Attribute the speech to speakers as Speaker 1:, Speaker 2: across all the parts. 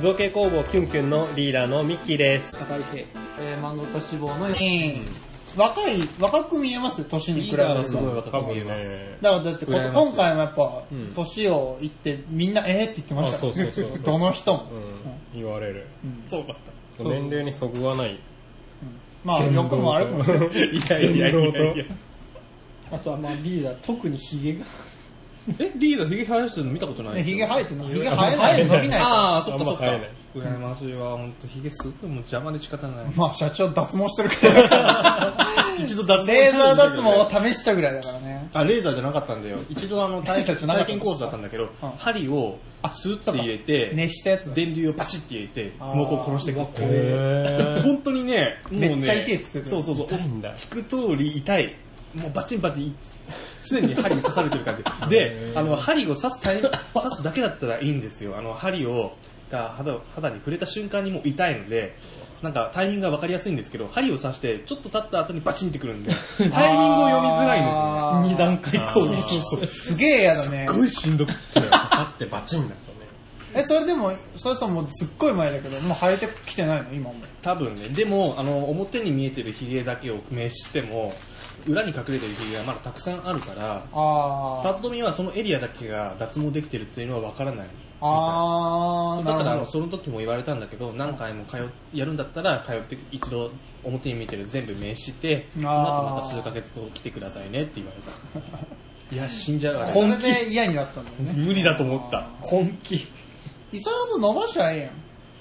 Speaker 1: 造形工房キュンキュンのリーダーのミッキーです。
Speaker 2: 高井平。
Speaker 3: えー、漫画家志望の、
Speaker 4: ええ若い、若く見えますよ、年に比べ
Speaker 2: リーダーは
Speaker 4: る
Speaker 2: すごい
Speaker 4: と。
Speaker 2: 若く見えます。
Speaker 4: だからだってこ
Speaker 2: 羨ましい
Speaker 4: 今回もやっぱ
Speaker 2: うん、
Speaker 4: 年を言ってみんなええって言ってました
Speaker 1: あそうそうそうそう
Speaker 4: どの人も
Speaker 1: う。ん、言われる。
Speaker 2: そうだっ
Speaker 1: そう年齢にそぐわない。
Speaker 4: まあ、良くも悪くも。
Speaker 2: た。いやいやいやいやいや。
Speaker 5: あとはまあリーダー、特にヒゲが。
Speaker 2: え、リーダーヒゲ生やしてるの見たことない
Speaker 4: ねヒゲ生えてない。ヒゲ生え
Speaker 1: 生
Speaker 4: な
Speaker 1: え
Speaker 4: い。
Speaker 1: ない
Speaker 4: 伸びない。
Speaker 2: ああ、そっかそっか
Speaker 1: あんま生えない。
Speaker 2: 羨ましいわ、ほんと。ヒゲすごいもう邪魔で仕方ない。
Speaker 4: まあ、社長脱毛してる から。
Speaker 2: 一度脱
Speaker 4: レーザー脱毛を試したぐらいだからね。
Speaker 2: あ、レーザーじゃなかったんだよ。一度あの、体
Speaker 4: レーザーじゃなかった
Speaker 2: 体験コースだったんだけど
Speaker 4: うん、
Speaker 2: 針をスーッて入れて、
Speaker 4: 熱したやつだ。
Speaker 2: 電流をバチって入れて、
Speaker 4: あー
Speaker 2: 毛根を殺していくっていう
Speaker 1: へ
Speaker 2: 本当にね、もうね、
Speaker 4: めっちゃ痛いって言ってたよ
Speaker 2: そうそうそう。
Speaker 1: 痛いんだ
Speaker 2: 聞く通り痛い。もうバチンバチン、常に針に刺されてる感 じ。で、あの、針を刺すタイミング、刺すだけだったらいいんですよ。あの、針を、が肌を肌に触れた瞬間にもう痛いので、なんかタイミングが分かりやすいんですけど、針を刺して、ちょっと経った後にバチンって くるんで、タイミングを読みづらいんですよね。
Speaker 4: ん
Speaker 5: 二段階攻撃。
Speaker 4: すげえ嫌だね
Speaker 2: す。ごいしんどくって。
Speaker 1: あってバチンだとね。
Speaker 4: え、それでも、それさ、もうすっごい前だけど、もう生えてきてないの、今も。
Speaker 2: 多分ね、でも、あの、表に見えてるヒゲだけを明しても、裏に隠れてるヒゲがまだたくさんあるから、パ
Speaker 4: あ
Speaker 2: ッと見はそのエリアだけが脱毛できてるっていうのは分からない。
Speaker 4: あ。ああ、
Speaker 2: だから
Speaker 4: な
Speaker 2: あ
Speaker 4: る
Speaker 2: の
Speaker 4: ほど。
Speaker 2: その時も言われたんだけど何回も通っやるんだったら通って一度表に見てる全部名刺してそ
Speaker 4: あー
Speaker 2: の後また数ヶ月後来てくださいねって言われた いや死んじゃうわ
Speaker 4: それで嫌になったんだよね。
Speaker 2: 無理だと思った
Speaker 5: 根気。
Speaker 4: いっそのこと伸ばしちゃええやん。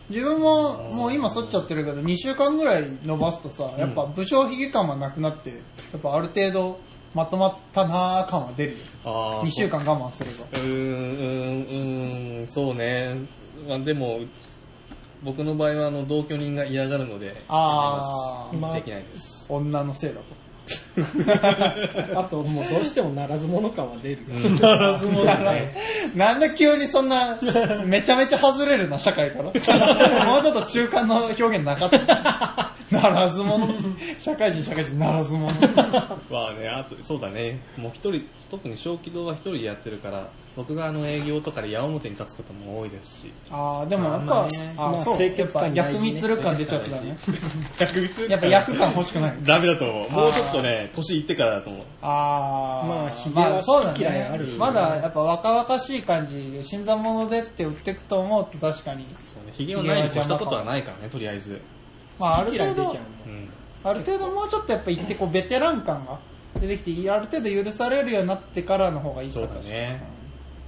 Speaker 4: 自分も、もう今剃っちゃってるけど、2週間ぐらい伸ばすとさ、やっぱ武将髭感はなくなって、やっぱある程度、まとまったなー感は出るよ。
Speaker 2: あー
Speaker 4: 2週間我慢すれば。
Speaker 2: うーんうーんうーんそうね、まあ、でも僕の場合はあの同居人が嫌がるので
Speaker 4: あー、
Speaker 5: まあ
Speaker 2: できないです、
Speaker 4: 女のせいだと。
Speaker 5: あともうどうしてもならず者感は出る。
Speaker 4: なんで急にそんな、めちゃめちゃ外れるな、社会から。もうちょっと中間の表現なかった。ならず者。社会人、社会人、ならず者。
Speaker 2: まあね、あと、そうだね。もう一人、特に小気道は一人でやってるから、僕があの営業とかで矢面に立つことも多いですし。
Speaker 4: ああ、でもやっ
Speaker 2: まあ
Speaker 4: ぱ
Speaker 2: ね、
Speaker 4: あ
Speaker 5: まあ
Speaker 4: ーそう、
Speaker 5: 清
Speaker 4: やっ
Speaker 5: 潔
Speaker 4: ぱ
Speaker 5: 感大
Speaker 4: 逆
Speaker 5: 事ね
Speaker 4: 密る感出ちゃったね。
Speaker 2: 薬物
Speaker 4: やっぱ役感欲しくない。
Speaker 2: ダメだと思う。もうちょっとね、年いってからだと思う。
Speaker 4: ああ、
Speaker 5: まあひげは
Speaker 4: まあそうだ
Speaker 5: 好き嫌いあ
Speaker 4: ね
Speaker 5: るよね。
Speaker 4: まだやっぱ若々しい感じで、新参者でって売っていくと思うと確かに。
Speaker 2: そうね髭はないに越したことはないからね、とりあえず。
Speaker 4: まあある
Speaker 5: 嫌
Speaker 4: 程
Speaker 5: い出
Speaker 4: 度
Speaker 5: ちゃ、う
Speaker 2: う
Speaker 5: ね。
Speaker 2: ん。
Speaker 4: ある程度もうちょっとやっぱ言ってこうベテラン感が出てきて、ある程度許されるようになってからの方がいいか
Speaker 2: そう
Speaker 4: ら
Speaker 2: だ。ね。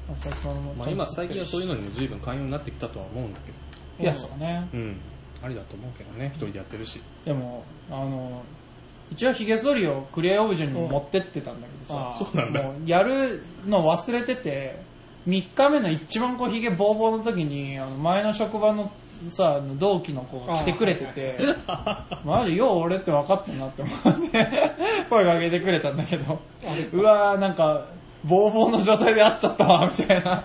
Speaker 4: まあそうそう
Speaker 2: まあ今、最近はそういうのにも随分寛容になってきたとは思うんだけど。
Speaker 4: いや、そうね。
Speaker 2: うん。ありだと思うけどね、一人でやってるし。
Speaker 4: でも、あの、一応ヒゲ剃りをクレアオブジェにも持ってってたんだけど
Speaker 5: あ
Speaker 4: さ
Speaker 5: ー、
Speaker 2: そうなんだ。
Speaker 4: もうやるの忘れてて、3日目の一番こうヒゲボーボーの時に、あの前の職場のさ、あの同期の子が来てくれて て、マジよう俺って分かったなって思って、 声かけてくれたんだけど、うわーなんか、ボーボーの状態で会っちゃったわ、みたいな。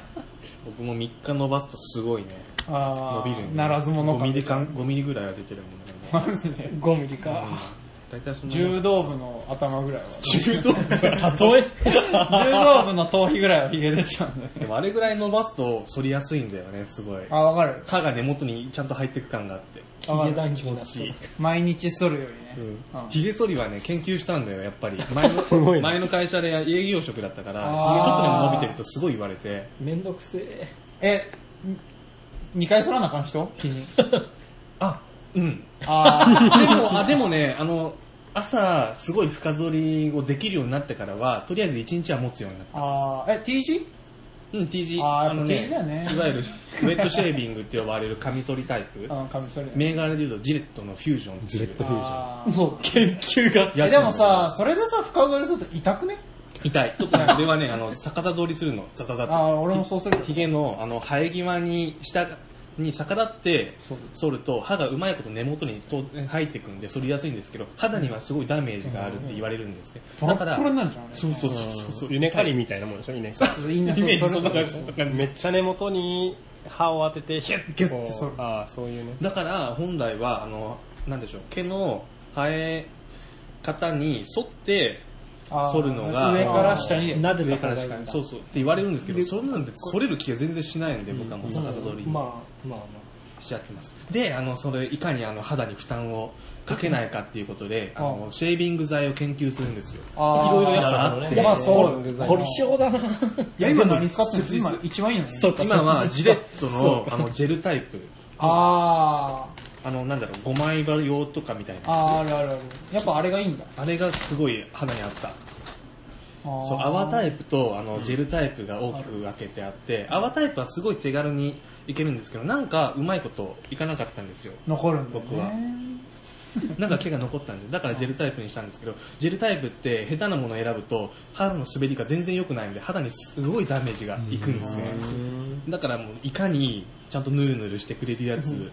Speaker 2: 僕も3日伸ばすとすごいね、伸
Speaker 4: あ
Speaker 2: びる
Speaker 4: ーならず者
Speaker 2: 5
Speaker 4: か
Speaker 2: ミ。リかん、5ミリぐらいは出てるもんね。
Speaker 4: マジで
Speaker 5: 5ミリか。
Speaker 2: 大体その
Speaker 4: 柔道部の頭ぐらいは。
Speaker 2: 柔道
Speaker 5: 例え
Speaker 4: 柔道部の頭皮ぐらいはヒゲ出ちゃうんだよね。
Speaker 2: でもあれぐらい伸ばすと反りやすいんだよねすごい
Speaker 4: あ、わかる。
Speaker 2: 歯が根元にちゃんと入ってく感があって
Speaker 5: ヒゲ談義
Speaker 2: 気
Speaker 5: に
Speaker 2: 持
Speaker 5: なっ
Speaker 2: ちいい
Speaker 5: て。
Speaker 4: 毎日剃るよりね。うん
Speaker 2: ひげ剃りはね研究したんだよやっぱり前の
Speaker 1: ごいな
Speaker 2: 前の会社で営業職だったからひげちょっとでも
Speaker 4: あー
Speaker 2: 伸びてるとすごい言われて
Speaker 5: めんどくせえ。
Speaker 4: え、2回剃らなあかん人日に。
Speaker 2: あうん
Speaker 4: あ
Speaker 2: でもあでもねあの朝すごい深剃りをできるようになってからはとりあえず1日は持つようになっ
Speaker 4: ーあー、え、T 字
Speaker 2: たうん T 字
Speaker 4: あーやっぱ
Speaker 2: の
Speaker 4: T 字だね
Speaker 2: い わゆるウェットシェービングって呼ばれるカミソリタイプ
Speaker 4: あの、髪剃り。
Speaker 2: 銘柄でいうとジレットのフュージョン
Speaker 1: ジレットフュージョン。
Speaker 4: あー
Speaker 5: もう研究が。
Speaker 4: え、
Speaker 2: やつな
Speaker 4: で
Speaker 2: んだ
Speaker 4: もさ、それでさ、深剃りすると痛くね
Speaker 2: 痛い。特に俺はね、あの、逆さ通りするの。ザザザ
Speaker 4: あ
Speaker 2: っ
Speaker 4: あ、俺もそうする
Speaker 2: て。。ヒゲの、あの、生え際に、下に逆らって、剃ると、歯がうまいこと根元にと入ってくんで、剃りやすいんですけど、肌にはすごいダメージがあるって言われるんですね。
Speaker 4: ボロッ
Speaker 2: だから
Speaker 4: ボロ、になるじゃん、あれ。
Speaker 2: そうそうそうそうそう。
Speaker 1: 稲刈りみたいなもんでしょ、稲刈
Speaker 4: う。みんな
Speaker 2: イ
Speaker 4: そう
Speaker 2: メージ
Speaker 4: そ
Speaker 2: そんな感
Speaker 4: れ
Speaker 2: じ、そんな
Speaker 1: り。
Speaker 2: 感じ
Speaker 1: め。っちゃ根元に歯を当てて、ヒュッ
Speaker 4: ギュッて剃る
Speaker 1: こうああ、そういうね。
Speaker 2: だから、本来は、あの、なんでしょう、毛の生え方に沿って、
Speaker 4: あー
Speaker 2: 剃るのが
Speaker 4: 上から下に。
Speaker 5: 撫でた
Speaker 2: 上か
Speaker 5: からら
Speaker 2: し
Speaker 5: し
Speaker 2: か
Speaker 5: か
Speaker 2: にそうそうって言われるんですけど、それなんで、剃れる気が全然しないんで、僕はもう逆さ通り。
Speaker 5: まあまあま
Speaker 2: し合ってますであのそれいかにあの肌に負担をかけないかっていうことで、あのシェービング剤を研究するんですよ
Speaker 4: あー
Speaker 2: いろいろやっぱあって、
Speaker 4: まあそう。
Speaker 5: 凝り性だな。
Speaker 4: いや、今何使ってる今一番いいのね。
Speaker 5: そうか
Speaker 2: 今はジレッ
Speaker 5: そ
Speaker 2: ト
Speaker 5: う
Speaker 2: の
Speaker 5: か
Speaker 2: あのジェルタイプ
Speaker 4: あ
Speaker 2: あのなんだろう5枚刃用とかみたい
Speaker 4: ー
Speaker 2: な
Speaker 4: あー、あるあるある。やっぱあれがいいんだ。
Speaker 2: あれがすごい肌に合ったそう泡
Speaker 4: 泡
Speaker 2: タ
Speaker 4: イ
Speaker 2: イプとあのジェルタイプが大きく分けてあって、泡タイプはすごい手軽にいけるんですけどなんかうまいこといかなかったんですよ
Speaker 4: プ。残るんだよね。
Speaker 2: 僕はなんか毛が残ったんでだからジェルタイプにしたんですけどジェルタイプって下手なものを選ぶと肌の滑りが全然良くないんで肌にすごいダメージがいくんですねだからもういかにちゃんとヌルヌルしてくれるやつ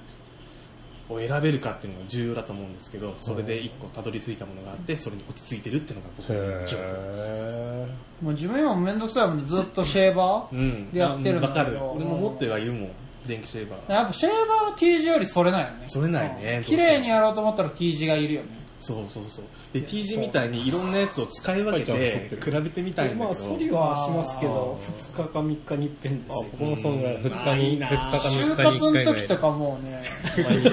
Speaker 2: を選べるかっていうのが重要だと思うんですけどそれで一個たどり着いたものがあってそれに落ち着いてるっていうのが僕の状況
Speaker 1: へ
Speaker 4: もう自分今めんどくさいもんでずっとシェーバー、
Speaker 2: うん
Speaker 4: でやってるん
Speaker 2: わか
Speaker 4: だけ
Speaker 2: る
Speaker 4: ど
Speaker 2: 俺も持ってはいるもん電気シェーバー
Speaker 4: やっぱシェーバーは T 字よりそれないよね。
Speaker 2: それないね
Speaker 4: 綺麗にやろうと思ったら T 字がいるよね。
Speaker 2: そうそうそうで T 字みたいにいろんなやつを使い分け
Speaker 1: あじゃあ剃ってて
Speaker 2: 比
Speaker 1: る
Speaker 2: べてみたいんだ
Speaker 5: まあ、
Speaker 2: け
Speaker 5: 処
Speaker 2: ど
Speaker 5: 理はしますけど、2日か3日に一遍です
Speaker 1: あ、
Speaker 5: よ。
Speaker 1: ここもそうなの。二
Speaker 2: あ
Speaker 1: 日
Speaker 2: いい
Speaker 1: に、
Speaker 2: な
Speaker 1: 二日か
Speaker 4: 就
Speaker 1: 三日に
Speaker 4: 活
Speaker 1: 一
Speaker 4: の
Speaker 1: 回ぐら
Speaker 4: 時
Speaker 1: い
Speaker 4: と
Speaker 1: で。
Speaker 4: かもうね、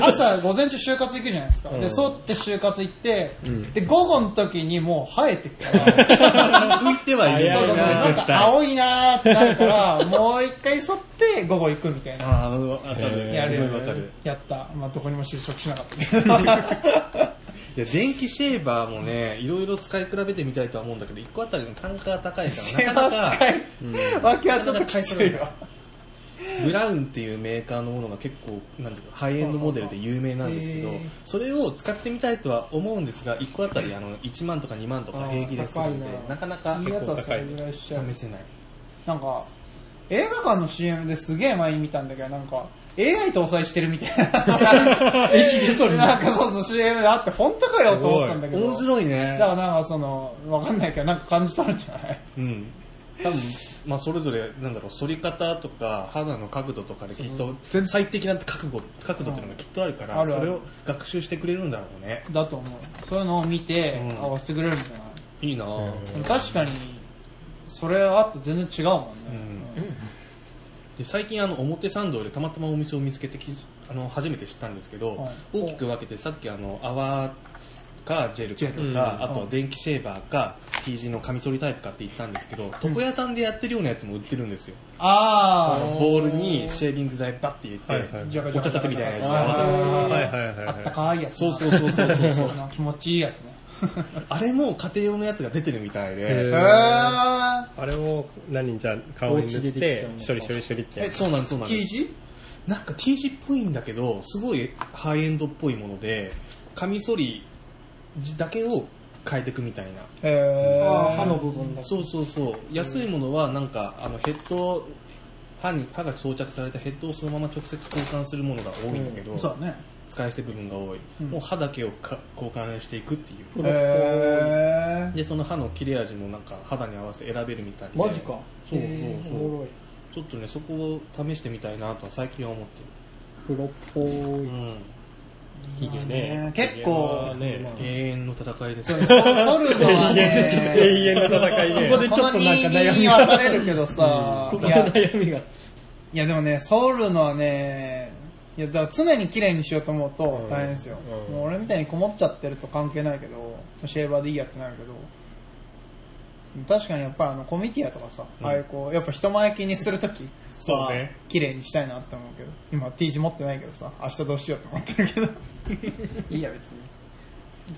Speaker 4: 朝、午前中就活行くじゃないですか。
Speaker 1: う
Speaker 4: で、
Speaker 1: ん
Speaker 4: 剃って就活行って、
Speaker 1: うん
Speaker 4: で、午後の時にもう生えてっから、そう
Speaker 2: 浮いてはい
Speaker 4: そうそう、
Speaker 2: ないな
Speaker 4: なん
Speaker 2: 絶対
Speaker 4: か青いなーってなるから、もう一回剃って午後行くみたいな。
Speaker 2: ああわかる
Speaker 4: やる
Speaker 2: すごいわかる
Speaker 4: やった。まあ、どこにも就職しなか っ たけど。
Speaker 2: いや電気シェーバーもねいろいろ使い比べてみたいとは思うんだけど一個あたりの単価が高いからなかなか
Speaker 4: 使いわけはちょっときついわ。
Speaker 2: ブラウンっていうメーカーのものが結構なんていうかハイエンドモデルで有名なんですけど
Speaker 5: へー
Speaker 2: それを使ってみたいとは思うんですが1個あたりあの1万とか2万とか平気ですの
Speaker 5: あー高い
Speaker 2: で
Speaker 5: な
Speaker 2: なかなか
Speaker 4: いいやつはそれぐらいしちゃう。
Speaker 2: 試せない
Speaker 4: なんか、映画館の CM ですげえ前に見たんだけど、なんか、AI 搭載してるみたい な。
Speaker 5: えひげ剃り
Speaker 4: なんかそうそう CM であって、本当かよと思ったんだけど。
Speaker 2: 面白いね
Speaker 4: だからなんかその、わかんないけど、なんか感じたんじゃない
Speaker 2: うん多分まあそれぞれなんだろう反り方とか肌の角度とかできっと
Speaker 4: 全
Speaker 2: 最適な角度角度っていうのがきっとあるから
Speaker 4: あるあ
Speaker 2: そ
Speaker 4: る
Speaker 2: れを学習してくれるんだろうね
Speaker 4: だと思う。そういうのを見て、
Speaker 2: うん
Speaker 4: あ、押してくれるんじゃない
Speaker 2: いいなぁ
Speaker 1: う
Speaker 4: 確かに、それあって全然違うもんね。
Speaker 2: うで最近あの表参道でたまたまお店を見つけてきあの初めて知ったんですけど、
Speaker 4: はい
Speaker 2: 大きく分けてさっきあの泡かジェル
Speaker 1: ェ
Speaker 2: と
Speaker 1: ル
Speaker 2: か、
Speaker 1: うん
Speaker 2: あとは電気シェーバーか T 字のカミソリタイプかって言ったんですけど床屋さんでやってるようなやつも売ってるんですよ、
Speaker 4: あー、
Speaker 2: ボールにシェービング剤バッて入れて、
Speaker 1: はいはい
Speaker 4: じゃがじ
Speaker 2: お
Speaker 4: ゃが
Speaker 2: 茶立てみたいなやつ
Speaker 4: あ
Speaker 1: は
Speaker 4: ー
Speaker 1: いはいはいはい
Speaker 4: あったかいやつ
Speaker 2: そ
Speaker 4: な。
Speaker 2: うそうそうそうそう そう
Speaker 4: 気持ちいいやつね。
Speaker 2: あれも家庭用のやつが出てるみたい
Speaker 1: へ
Speaker 2: で、
Speaker 4: へ
Speaker 1: ー
Speaker 4: ー。
Speaker 1: あれを何じゃあ顔に塗っ
Speaker 5: お家でできち
Speaker 1: て
Speaker 5: ゃうのか
Speaker 1: 処理処理処理ってやる
Speaker 2: そうなんですそうなんです
Speaker 4: T 字
Speaker 2: なんか T 字っぽいんだけど、すごいハイエンドっぽいもので、カミソリだけを変えていくみたいな。
Speaker 4: へー。
Speaker 5: あー歯の部分だけ。
Speaker 2: そうそうそう。安いものはなんか、あのヘッド、歯に、歯が装着されたヘッドをそのまま直接交換するものが多いんだけど、
Speaker 4: そうだね。
Speaker 2: 使い捨て部分が多い。
Speaker 4: うん
Speaker 2: もう歯だけをか交換していくっていう。
Speaker 4: へー。
Speaker 2: で、その歯の切れ味もなんか肌に合わせて選べるみたいで。
Speaker 5: マジか。
Speaker 2: そう
Speaker 5: へーお
Speaker 2: そうそ
Speaker 5: も
Speaker 2: う。
Speaker 5: ろい。
Speaker 2: ちょっとね、そこを試してみたいなとは最近は思って
Speaker 5: プロっぽ
Speaker 2: る。う
Speaker 5: い。
Speaker 2: ん。
Speaker 1: ヒゲね。
Speaker 4: 結構
Speaker 1: ヒゲはね。
Speaker 5: まあ
Speaker 2: 永遠の戦いです
Speaker 4: そ
Speaker 2: よ
Speaker 4: う、ソルドはね、
Speaker 1: 永遠の戦いね。
Speaker 5: ここでちょっとなんか悩み
Speaker 4: が。分か
Speaker 5: が。
Speaker 4: れるけどさ
Speaker 5: ここ、
Speaker 4: い
Speaker 5: で
Speaker 4: や、い
Speaker 5: 悩みが。
Speaker 4: やでもね、ソウルのはね、いや、だから常に綺麗にしようと思うと
Speaker 1: うん
Speaker 4: 大変ですよ。
Speaker 1: うん
Speaker 4: もう俺みたいにこもっちゃってると関係ないけど、シェーバーでいいやってなるけど、確かにやっぱりあのコミティアとかさ、ああいうこう、やっぱ人前気にするとき、
Speaker 2: そうね
Speaker 4: 綺麗にしたいなって思うけど、今 T 字持ってないけどさ、明日どうしようと思ってるけど、 いいや別に。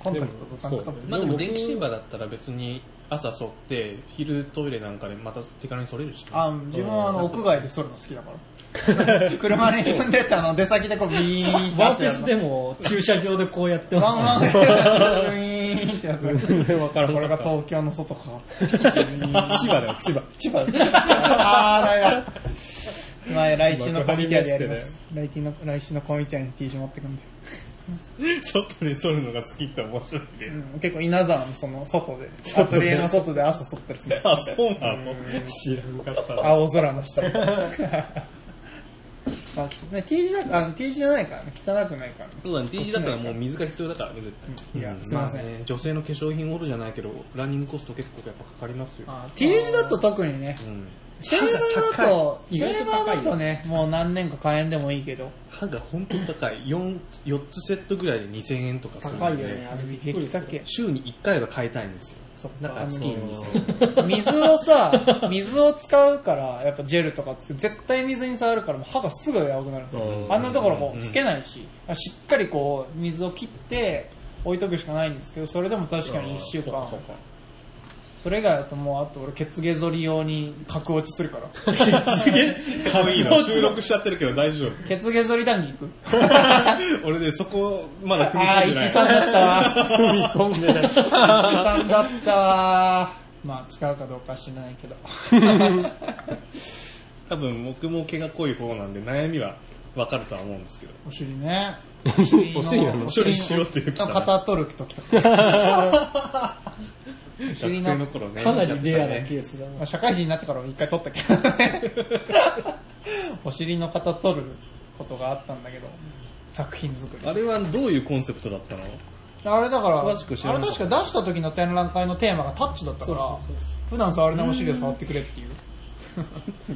Speaker 4: コンタクトとタンクトップで
Speaker 2: まあでも電気シェーバーだったら別に朝剃って昼トイレなんかでまた手軽に剃れるしね、
Speaker 4: あ自分はあの屋外で剃るの好きだから。車に積んでたの出先でこうビーンってや
Speaker 5: ワー
Speaker 4: つ
Speaker 5: ク
Speaker 4: やる
Speaker 5: ス
Speaker 4: の
Speaker 5: でも駐車場でこうやってま
Speaker 4: ワン
Speaker 5: した
Speaker 4: ワン
Speaker 5: ね。
Speaker 4: でビーンってやつ。
Speaker 1: わからん
Speaker 4: こ
Speaker 1: か
Speaker 4: れ
Speaker 1: っ
Speaker 4: が
Speaker 1: た
Speaker 4: 東京の外か。
Speaker 1: 千葉だよ、千葉。
Speaker 4: 千葉だ。あー、だめだ。まあ来週のコミュニティアでやりま
Speaker 1: 幕張
Speaker 4: す。来週の来週のコミュニティアに T シャツ持ってくんで。
Speaker 2: 外で剃るのが好きって面白いね、
Speaker 4: うん結構稲沢のその外で、アトリエの外で朝剃ったりするんですよ
Speaker 2: あそうなの、
Speaker 1: 知らんかったわ。
Speaker 4: 青空の下 で。まあ、ね、T 字だあの T 字じゃないからね、汚くないからね。
Speaker 2: そうだね T 字だからもう水が必要だからね絶対
Speaker 4: いや
Speaker 2: う
Speaker 4: すいません
Speaker 2: あね女性の化粧品オールじゃないけどランニングコスト結構やっぱかかりますよ
Speaker 4: あ T 字だと特にね、
Speaker 2: うん
Speaker 4: シェーバーだと、
Speaker 5: 意
Speaker 4: シェ
Speaker 5: 外と
Speaker 4: ーバ
Speaker 5: 高
Speaker 4: ー
Speaker 5: い
Speaker 4: だとね、もう何年か買えんでもいいけど、
Speaker 2: 歯が本当に高い4。4つセットぐらいで2000円とかする
Speaker 5: 高
Speaker 2: の
Speaker 5: いよ
Speaker 2: で、
Speaker 5: ね。あ
Speaker 4: あ
Speaker 5: れ
Speaker 4: れ
Speaker 5: びっく
Speaker 4: 激
Speaker 5: りす
Speaker 4: 高
Speaker 5: る。
Speaker 4: え。
Speaker 2: 週に1回は買いたいんですよ。
Speaker 5: そっ
Speaker 2: だから月に
Speaker 5: あの
Speaker 2: 2000円。
Speaker 4: 水をさ、 水を使うから、やっぱジェルとかつけ絶対水に触るから、もう歯がすぐ柔らかくなるんですよ。
Speaker 1: うん
Speaker 4: あんなところこう、
Speaker 2: うん
Speaker 4: つけないし、しっかりこう、水を切って、置いとくしかないんですけど、それでも確かに1週間。それ以外だともう、あと俺、血毛剃り用に格落ちするから。
Speaker 2: すごいの収録しちゃってるけど大丈夫。
Speaker 4: 血毛剃り談義 行く
Speaker 2: 俺ね、そこ、まだ組み
Speaker 4: ああ、
Speaker 2: 込んでない。
Speaker 4: 13だったわ。
Speaker 5: 踏み込んでない。
Speaker 4: 13だったわ。まあ、使うかどうかは知らないけど。
Speaker 2: 多分僕も毛が濃い方なんで悩みはわかるとは思うんですけど。
Speaker 4: お尻ね。お尻の
Speaker 5: お尻なの
Speaker 2: お尻しようっていうか
Speaker 4: 肩取る時とか。 お
Speaker 2: 学
Speaker 4: 尻
Speaker 2: 生
Speaker 4: の
Speaker 2: の、頃ね。
Speaker 5: かなりレアな
Speaker 2: ね。
Speaker 5: ケースだ
Speaker 4: まあ
Speaker 5: な。
Speaker 4: 社会人になってからも一回取ったけどね。 お尻の肩取ることがあったんだけど、作品作り。
Speaker 2: あれはどういうコンセプトだったの
Speaker 4: あれだから、あれ
Speaker 2: 詳しく
Speaker 4: 確
Speaker 2: 知らな
Speaker 4: か
Speaker 2: か
Speaker 4: 出
Speaker 2: った
Speaker 4: した時の展覧会のテーマがタッチだったから、普段触れないお尻を触ってくれっていう。
Speaker 2: なる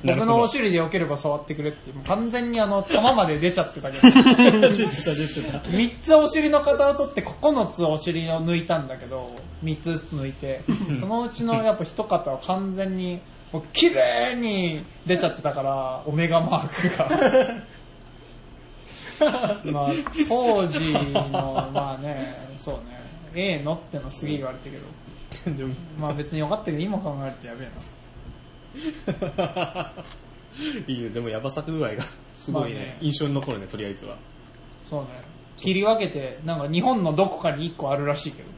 Speaker 4: 僕
Speaker 2: ほど
Speaker 4: のお尻で良ければ触ってくれっていう、もう完全にあの、玉まで出ちゃってたけど、
Speaker 5: 出てた出てた。
Speaker 4: 3つお尻の型を取って9つお尻を抜いたんだけど、3つ抜いて、そのうちのやっぱ1型は完全に、もう綺麗に出ちゃってたから、オメガマークが。まあ、当時の、まあね、そうね、ええのってのはすげえ言われたけど、
Speaker 2: でも
Speaker 4: まあ別によかったけど、今考えるとやべえな。
Speaker 2: いいね、でもやばさ具合がすごいね,、
Speaker 4: まあね
Speaker 2: 印象に残るね、とりあえずは。
Speaker 4: そうね。切り分けて、なんか日本のどこかに1個あるらしいけど。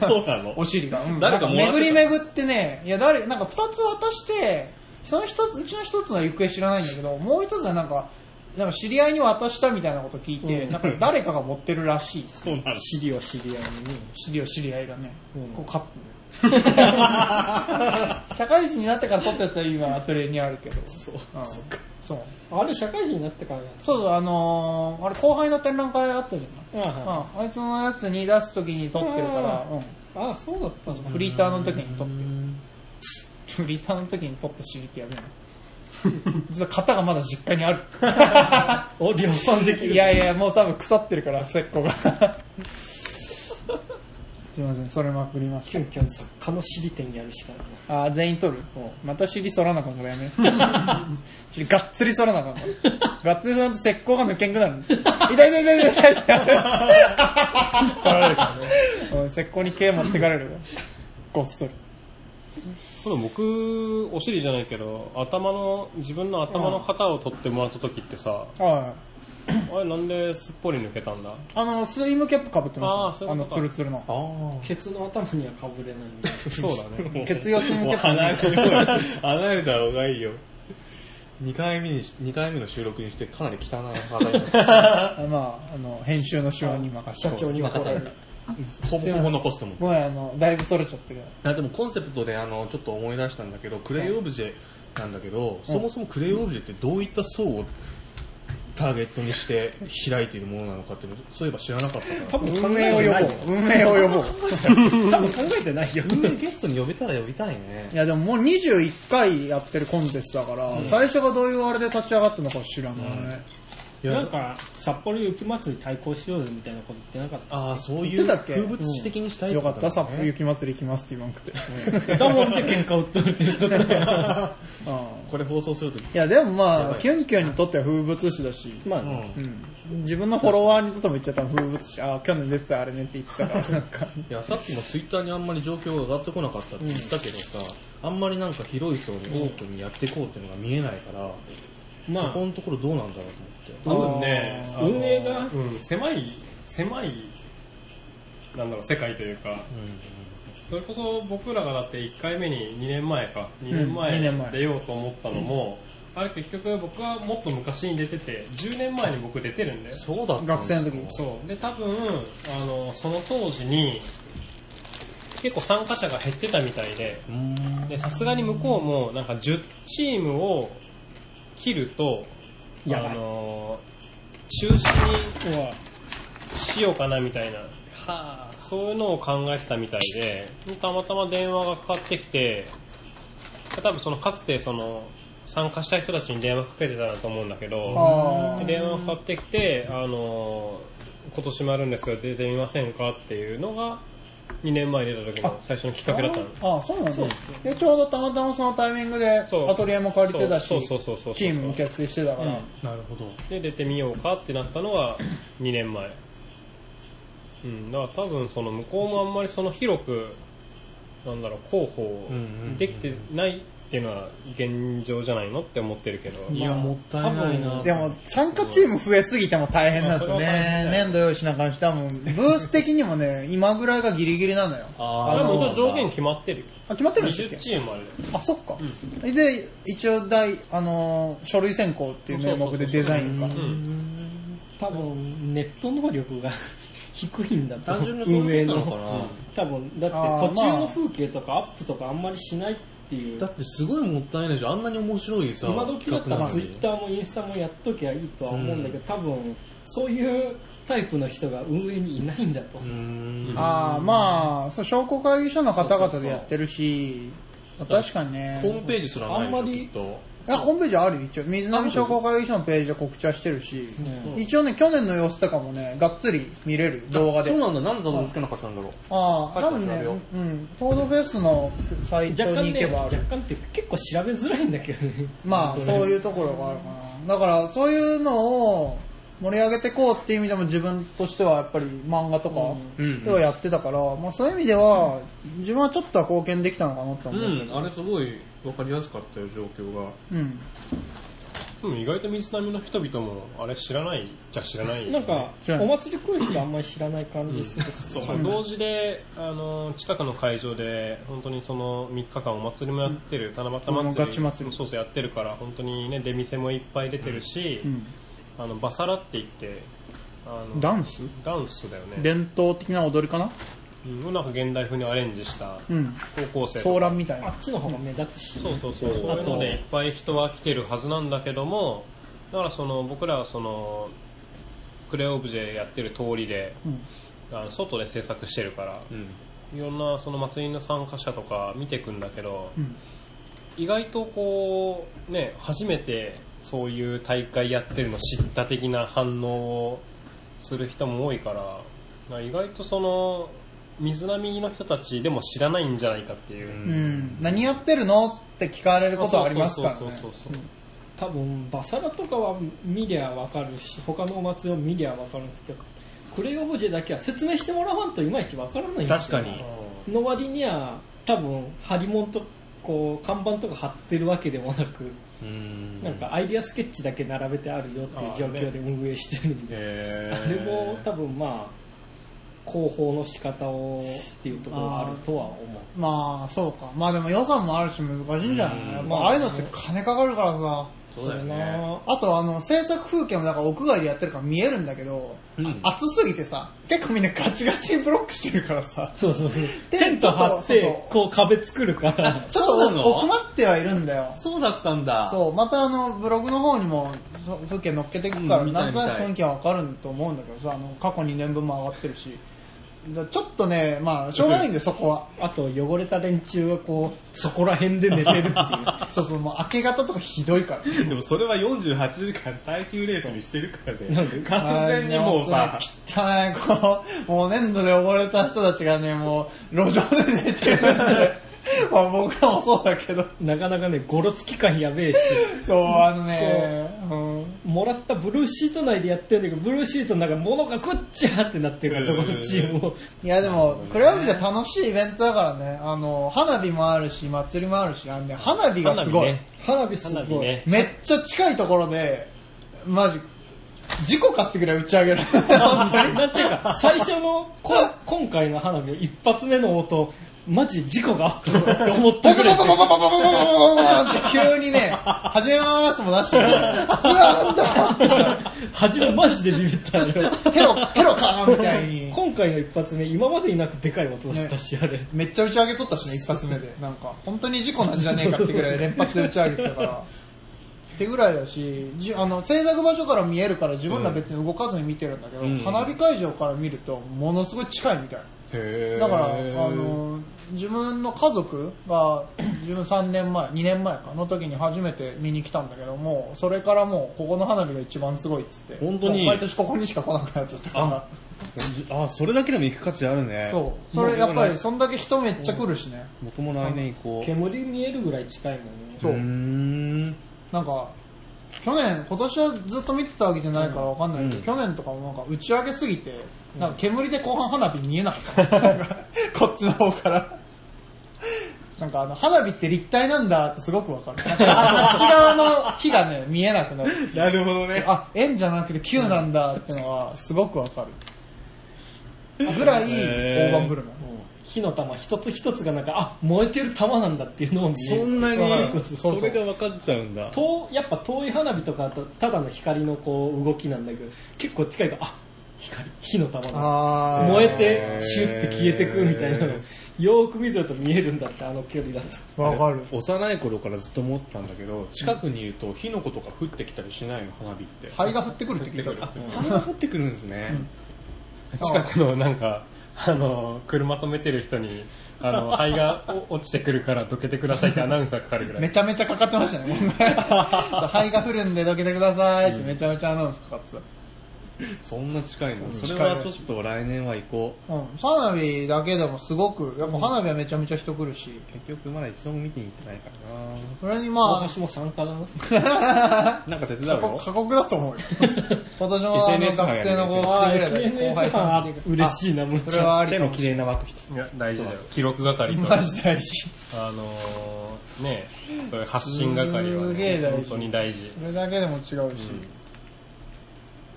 Speaker 2: そうなの
Speaker 4: お尻が。うん、な
Speaker 2: 誰
Speaker 4: ん
Speaker 2: か
Speaker 4: か
Speaker 2: もらってた
Speaker 4: 巡り巡ってね、いや誰、なんか2つ渡して、その一つ、うちの1つの行方知らないんだけど、もう1つはなんか、なんか知り合いに渡したみたいなこと聞いて、なんか誰かが持ってるらしい。
Speaker 2: そうなの
Speaker 5: 尻を知り合いにね。
Speaker 4: 知り合い、知り合いがね、
Speaker 5: うん
Speaker 4: こうカップ。社会人になってから撮ったやつは今アトリエにあるけど。
Speaker 2: そう。
Speaker 4: うん、そう。
Speaker 5: あれ、社会人になってからなんだ
Speaker 4: そうそう、あのーあれ後輩の展覧会あったじゃない。
Speaker 5: あ
Speaker 4: うん、あいつのやつに出すときに撮ってるから、うん
Speaker 5: ああ、そうだったんだ。
Speaker 4: フリーターの時に撮ってる。フリーターの時に撮った尻ってやべえな。実は型がまだ実家にある。
Speaker 5: お、量産できる。
Speaker 4: いやいや、もう多分腐ってるから、石膏が。すいません、それまくりまし
Speaker 5: キュンキュン作家の尻店やるしかない。
Speaker 4: た。あー、全員撮るまた尻反らなあかんからやめ。尻がっつり反らなあかんから。がっつり反らんと石膏が抜けんくなる。痛い痛い痛い痛い痛い。うん石膏に毛持ってかれるよ。ごっそり。
Speaker 3: これ僕、お尻じゃないけど、頭の、自分の頭の型を取ってもらった時ってさ、
Speaker 4: あ
Speaker 3: あれなんですっぽり抜けたんだ
Speaker 4: あ、あの、スイムキャップかぶって
Speaker 3: あ
Speaker 4: ま
Speaker 3: ー
Speaker 4: した
Speaker 3: そう
Speaker 4: ね。
Speaker 3: いう
Speaker 4: あの、
Speaker 3: こと
Speaker 4: ツルツルの。
Speaker 2: あ
Speaker 5: ケツの頭にはかぶれないんだ。
Speaker 3: そうだね。
Speaker 2: あ。
Speaker 4: 血用スイム
Speaker 2: も
Speaker 4: キ
Speaker 2: う
Speaker 4: ャップ
Speaker 2: 離れた方が、 離れた方がいいよ。2回目にし、二回目の収録にしてかなり汚い肌になっ
Speaker 4: あまあ、あの、編集の手腕に任せ
Speaker 5: 社
Speaker 4: て。
Speaker 5: 長には怒られる。
Speaker 2: たほぼほぼ残すと思う。
Speaker 4: ごめん、あの、だいぶそれちゃったけど。
Speaker 2: あでもコンセプトであのちょっと思い出したんだけどクレイオブジェなんだけど、そもそもクレイオブジェってどういった層をターゲットにして開いているものなのかっていうのそういえば知らなかったから
Speaker 5: 多分考
Speaker 4: 運営を
Speaker 5: えてないよ
Speaker 4: 呼ぼ。う。運営を呼ぼう。
Speaker 5: 多分考えてないよ。
Speaker 2: 運営ゲストに呼べたら呼びたいね
Speaker 4: いや、でももう21回やってるコンテストだから、最初がどういうあれで立ち上がったのか知らない。
Speaker 2: いや
Speaker 5: なんか、札幌雪まつり対抗しようぜみたいなこと言ってなかっ
Speaker 2: ああそうい
Speaker 4: 言
Speaker 2: う
Speaker 4: ってたっけ
Speaker 2: 風物詩的にしたい
Speaker 4: よか
Speaker 2: こ
Speaker 4: っ
Speaker 2: と
Speaker 4: た、
Speaker 2: だ
Speaker 4: 札
Speaker 2: ね
Speaker 4: 幌雪まつり行きますって言わんくて。
Speaker 5: た。ダモンで喧嘩売ってるって言っと ったから。
Speaker 4: うん
Speaker 2: これ放送するとき
Speaker 4: いや、でも
Speaker 2: や
Speaker 4: ま
Speaker 2: ば
Speaker 4: あ、
Speaker 2: い
Speaker 4: キュンキュンにとっては風物詩だし、
Speaker 5: まあ
Speaker 2: う
Speaker 5: ね、
Speaker 2: ん
Speaker 4: うん、自分のフォロワーにとっても言っちゃったら風物詩。あー、去年出てたあれねって言ってたから、なんか。
Speaker 2: いやさっきもツイッターにあんまり状況が上がってこなかったって言ったけどさ、あんまりなんか広い層にオープンにやっていこうっていうのが見えないから、そ
Speaker 5: ま
Speaker 2: このところどうなんだろうと思
Speaker 3: 多分
Speaker 2: って
Speaker 3: ね、
Speaker 4: あ
Speaker 3: あの
Speaker 5: 運営が
Speaker 3: うん、狭い、狭い、なんだろう、世界というか、それこそ僕らがだって1回目に2年前か、2年
Speaker 4: うん二年
Speaker 3: 前
Speaker 4: 前
Speaker 3: 出ようと思ったのも、あれ結局僕はもっと昔に出てて、10年前に僕出てるんだよ。
Speaker 2: そうだったんだ
Speaker 4: 学生の時に
Speaker 3: そう。で、多分、あの、その当時に、結構参加者が減ってたみたいで、
Speaker 2: うーん
Speaker 3: で、さすがに向こうも、なんか10チームを切ると、
Speaker 5: やばい
Speaker 3: あの、中止に
Speaker 5: あ、は
Speaker 3: しようかなみたいな、そういうのを考えてたみたいで、たまたま電話がかかってきて、多分そのかつてその参加した人たちに電話かけてたなと思うんだけど、
Speaker 4: あー
Speaker 3: 電話かかってきて、あの、今年もあるんですけど出てみませんかっていうのが、2年前に出た時の最初のきっかけだったの。
Speaker 4: ああ、そうなんだ。で、ちょうどたまたまそのタイミングで、
Speaker 3: そう
Speaker 4: アトリエも借りてたし、
Speaker 3: そうそうそうそうそう
Speaker 4: チームも結成してたから、
Speaker 2: なるほど。
Speaker 3: で、出てみようかってなったのが2年前。うん、だから多分その向こうもあんまりその広く、なんだろう、広報
Speaker 2: うんうんうん
Speaker 3: できてないっていうのは現状じゃないのって思ってるけど。
Speaker 2: いや、もったいないな。
Speaker 4: でも、参加チーム増えすぎても大変なんですよ
Speaker 3: まあそれは大変。
Speaker 4: ね
Speaker 3: だよ
Speaker 4: 年度用意しな感じ多分、ブース的にもね、今ぐらいがギリギリなのよ。
Speaker 2: あー
Speaker 3: で
Speaker 2: そう
Speaker 3: も
Speaker 2: な
Speaker 3: 本
Speaker 2: んだ
Speaker 3: 当上限決まってるよ。
Speaker 4: あ、決まってるんですっけ
Speaker 3: 20チームあるよ。
Speaker 4: あ、そっか。で、一応、第、あのー、書類選考っていう名目でデザインか。
Speaker 3: うん。
Speaker 5: 多分ネット能力が 低いんだと
Speaker 2: 単純にそう
Speaker 5: 運営
Speaker 2: いうこ
Speaker 5: の
Speaker 2: となのかな。
Speaker 5: 多分だって
Speaker 4: あー
Speaker 5: 途中の風景とかアップとかあんまりしないっていう
Speaker 2: だってすごいもったいないじゃん。あんなに面白いさ、
Speaker 5: 今時だったらツイ
Speaker 2: 企
Speaker 5: ッ
Speaker 2: 画な
Speaker 5: タ
Speaker 2: のに
Speaker 5: ーもインスタもやっときゃいいとは思うんだけど、多分そういうタイプの人が運営にいないんだと、
Speaker 2: うーん。
Speaker 4: ああ、まあ、そう、商工会議所の方々でやってるし、確かにね。
Speaker 2: ホームページすらないでしょ
Speaker 5: あんまり
Speaker 2: きっと
Speaker 4: いや、ホームページあるよ、一応。水波商工会議所のページで告知はしてるし、
Speaker 5: う
Speaker 4: 一応ね、去年の様子とかもね、がっつり見れる、動画で
Speaker 2: そう。なんだ。なんでたどり着けなかったんだろう。
Speaker 4: ああ、多分ね、うん、コードフェスのサイ
Speaker 5: 若
Speaker 4: ト
Speaker 5: 干
Speaker 4: に行
Speaker 5: ね
Speaker 4: けばあ
Speaker 5: 若
Speaker 4: る。
Speaker 5: 干っていうか結構調べづらいんだけどね
Speaker 4: まあ、そういうところがあるかな。だから、そういうのを盛り上げてこうっていう意味でも自分としてはやっぱり漫画とか
Speaker 2: うん
Speaker 4: ではやってたから、まあそういう意味では、自分はちょっとは貢献できたのかなと思う。
Speaker 2: うん、あれすごい分かりやすかったよ、状況が。
Speaker 4: うん。
Speaker 3: でも意外と水波の人々も、あれ知らないじゃ知らないよね
Speaker 5: なんか
Speaker 4: 知らない
Speaker 5: お祭り来る人あんまり知らない感じでする、
Speaker 3: そう同時で、あの近くの会場で本当にその3日間お祭りもやってる、七夕祭
Speaker 4: その
Speaker 3: り
Speaker 4: ガチ祭り
Speaker 3: そうそうやってるから本当にね出店もいっぱい出てるし、
Speaker 4: うん。
Speaker 3: あのバサラって言ってあの
Speaker 4: ダンス
Speaker 3: ダンスだよね、
Speaker 4: 伝統的な踊りかな
Speaker 3: うん、なんか現代風にアレンジした
Speaker 4: うん。
Speaker 3: 高校生
Speaker 4: 騒乱みたい
Speaker 5: あ
Speaker 4: な。
Speaker 5: っちの方が目立つし、
Speaker 3: そうそうそうそういうのでいっぱい人は来てるはずなんだけどもだからその僕らはそのクレオブジェやってる通りで、
Speaker 4: ん
Speaker 3: あの外で制作してるから、
Speaker 2: うん。
Speaker 3: いろんなその祭りの参加者とか見ていくんだけど、
Speaker 4: ん
Speaker 3: 意外とこうね初めてそういう大会やってるの知った的な反応をする人も多いからな意外とその水波の人たちでも知らないんじゃないかっていう、
Speaker 4: う。
Speaker 2: うん
Speaker 4: 何やってるのって聞かれることはありますから
Speaker 3: そうそう
Speaker 4: ね
Speaker 3: そう。そうそう
Speaker 5: 多分バサラとかは見りゃわかるし他のお祭りも見りゃわかるんですけどクレイオブジェだけは説明してもらわんといまいちわからないんですよ
Speaker 2: 確かに。
Speaker 5: の割には多分張り物とこう看板とか貼ってるわけでもなく、
Speaker 2: うん
Speaker 5: なんかアイディアスケッチだけ並べてあるよっていう状況で運営してるんで、
Speaker 2: へ
Speaker 5: あれも多分まあ広報の仕方をっていうところがあるとは思う
Speaker 4: まあ、そうか。まあでも予算もあるし難しいんじゃないやっぱああいうのって金かかるからさ。
Speaker 2: そうだよ
Speaker 5: それ
Speaker 2: ね。
Speaker 5: な
Speaker 4: あとあの、制作風景もなんか屋外でやってるから見えるんだけど、
Speaker 2: うん
Speaker 4: あ暑すぎてさ、結構みんなガチガチにブロックしてるからさ、
Speaker 5: そうそうそう
Speaker 4: テ
Speaker 5: テ
Speaker 4: ン
Speaker 5: ン
Speaker 4: ト
Speaker 5: ト
Speaker 4: 張
Speaker 5: 張
Speaker 4: っ
Speaker 5: っててこう壁作るから
Speaker 4: ちょっ
Speaker 2: そうな
Speaker 4: と
Speaker 2: の
Speaker 4: お困ってはいるんだよ。
Speaker 2: そうだったんだ。
Speaker 4: そう、またあの、ブログの方にもそう風景載っけていくから、
Speaker 2: うん見
Speaker 4: な
Speaker 2: た
Speaker 4: ん
Speaker 2: い
Speaker 4: とな
Speaker 2: 見
Speaker 4: く
Speaker 2: たい
Speaker 4: 雰囲気はわかると思うんだけどさ、あの、過去2年分も上がってるし、だちょっとね、まあ、しょうがないんだよ、そこは。
Speaker 5: あと汚れた連中がこうそこら辺で寝てるっていう
Speaker 4: そうそう、もう明け方とかひどいから。
Speaker 2: でもそれは48時間耐久レースにしてるからで
Speaker 5: なんで
Speaker 2: 完全にもうさ、
Speaker 4: はいね本当ね汚い、こう、もう粘土で汚れた人たちがね、もう、路上で寝てるんで、 まあ僕らもそうだけど、
Speaker 5: なかなかねゴロつき感やべえし
Speaker 4: そう、あのね、うん
Speaker 5: もらったブルーシート内でやってるんだけど、ブルーシートの中物がぐっちゃーってなってるから、
Speaker 2: うん
Speaker 5: どこのチームも。
Speaker 4: いやでも、クラブじゃ楽しいイベントだからね、あの、花火もあるし、祭りもあるし、あのね、花火がすごい。
Speaker 3: 花火ね
Speaker 5: 花火す
Speaker 3: 花火
Speaker 5: ごい。
Speaker 3: ね
Speaker 4: めっちゃ近いところで、マジ、事故かってくらい打ち上げる。 本当に
Speaker 5: なんていうか、最初のこ、今回の花火の一発目の音、マジで事故があったなって思っ
Speaker 4: ボ
Speaker 5: たぐ
Speaker 4: コボ
Speaker 5: らい
Speaker 4: コボコボコボコボコボコボコって急にね、始めまーすも出してる。うわなんだ
Speaker 5: で、初めマジでビビったのよ。
Speaker 4: テロ、テロかみたいに。
Speaker 5: 今回の一発目、今までになくでかい音だったし、あれ。
Speaker 4: めっちゃ打ち上げとったしね、一発目で。なんか、本当に事故なんじゃねえかってぐらい連発で打ち上げてたから。ってぐらいだし、じあの、制作場所から見えるから自分ら別に動かずに見てるんだけど、
Speaker 2: うん
Speaker 4: 花火会場から見るとものすごい近いみたい。
Speaker 2: へへー
Speaker 4: だから、あの、自分の家族が、自分3年前、2年前かの時に初めて見に来たんだけども、それからもう、ここの花火が一番すごいっつって。
Speaker 2: 本当に
Speaker 4: もう毎年ここにしか来なくなっちゃったから。
Speaker 2: あ、それだけでも行く価値あるね。
Speaker 4: そう。それやっぱり、そんだけ人めっちゃ来るしね。
Speaker 2: 僕も来年行こう。
Speaker 5: 煙見えるぐらい近いもんね
Speaker 4: そう
Speaker 2: ーん。
Speaker 4: なんか、去年、今年はずっと見てたわけじゃないからわかんないけど、
Speaker 2: うん
Speaker 4: 去年とかもなんか打ち上げすぎて、なんか煙で後半花火見えなかった。なんか こっちの方から。なんかあの、花火って立体なんだってすごくわかる。なんかああっち側の火がね、見えなくなる。
Speaker 2: なるほどね。
Speaker 4: あ、円じゃなくて球なんだってのはすごくわかる。ぐらい、
Speaker 2: へー
Speaker 4: 大盤振る舞い。
Speaker 5: 火の玉一つ一つがなんかあ燃えてる玉なんだっていうのを見え
Speaker 2: そ
Speaker 5: る
Speaker 2: んなに
Speaker 4: わか、る
Speaker 2: それが分かっちゃうんだ。
Speaker 5: 遠やっぱ遠い花火とかだとただの光のこう動きなんだけど結構近いからあ光火の玉だ
Speaker 4: あー
Speaker 5: 燃えてシュッて消えてくみたいなのよーく見ると見えるんだってあの距離だと
Speaker 4: わかる。
Speaker 2: 幼い頃からずっと思ってたんだけど、近くにいると火の粉とか降ってきたりしないの、花火って。
Speaker 4: 灰が降ってくるって聞いた
Speaker 2: あ
Speaker 4: ら。
Speaker 2: 灰が降ってくるんですね。
Speaker 3: 近くのなんか、あの、車止めてる人に、あの、灰がお落ちてくるからどけてくださいってアナウンサーかかるぐら
Speaker 4: め
Speaker 3: い。
Speaker 4: ちゃめちゃかかってま したね、問題灰が降るんでどけてくださいってめちゃめちゃアナウンスかかって
Speaker 2: そんな近いの。
Speaker 4: ん
Speaker 2: それはちょっと来年は行こう。
Speaker 4: た。うん。花火だけでもすごく、やっぱ花火はめちゃめちゃ人来るし、
Speaker 2: 結局まだ一度も見てに行ってないから
Speaker 4: それにま
Speaker 5: 私も参加だな
Speaker 2: ななんか手伝う
Speaker 4: あ、過酷
Speaker 2: よ。
Speaker 4: 過酷だと 思うよ。今年もあの
Speaker 2: SNS
Speaker 4: 学生の子
Speaker 5: あー
Speaker 4: 来てくれたり
Speaker 5: SNS さん嬉しいなむっ
Speaker 4: あ
Speaker 5: ち
Speaker 4: それ
Speaker 5: ゃ
Speaker 4: はあり
Speaker 2: 手
Speaker 4: か
Speaker 2: の
Speaker 4: も
Speaker 2: 綺麗な枠人。
Speaker 3: いや、大事だよ。記録係と、
Speaker 4: マ
Speaker 3: あ
Speaker 4: ジ 大事。
Speaker 3: のー、ね、そういう発信係は
Speaker 4: すげえ
Speaker 3: ね
Speaker 4: 大、事
Speaker 3: 本当に大事。
Speaker 4: それだけでも違うし。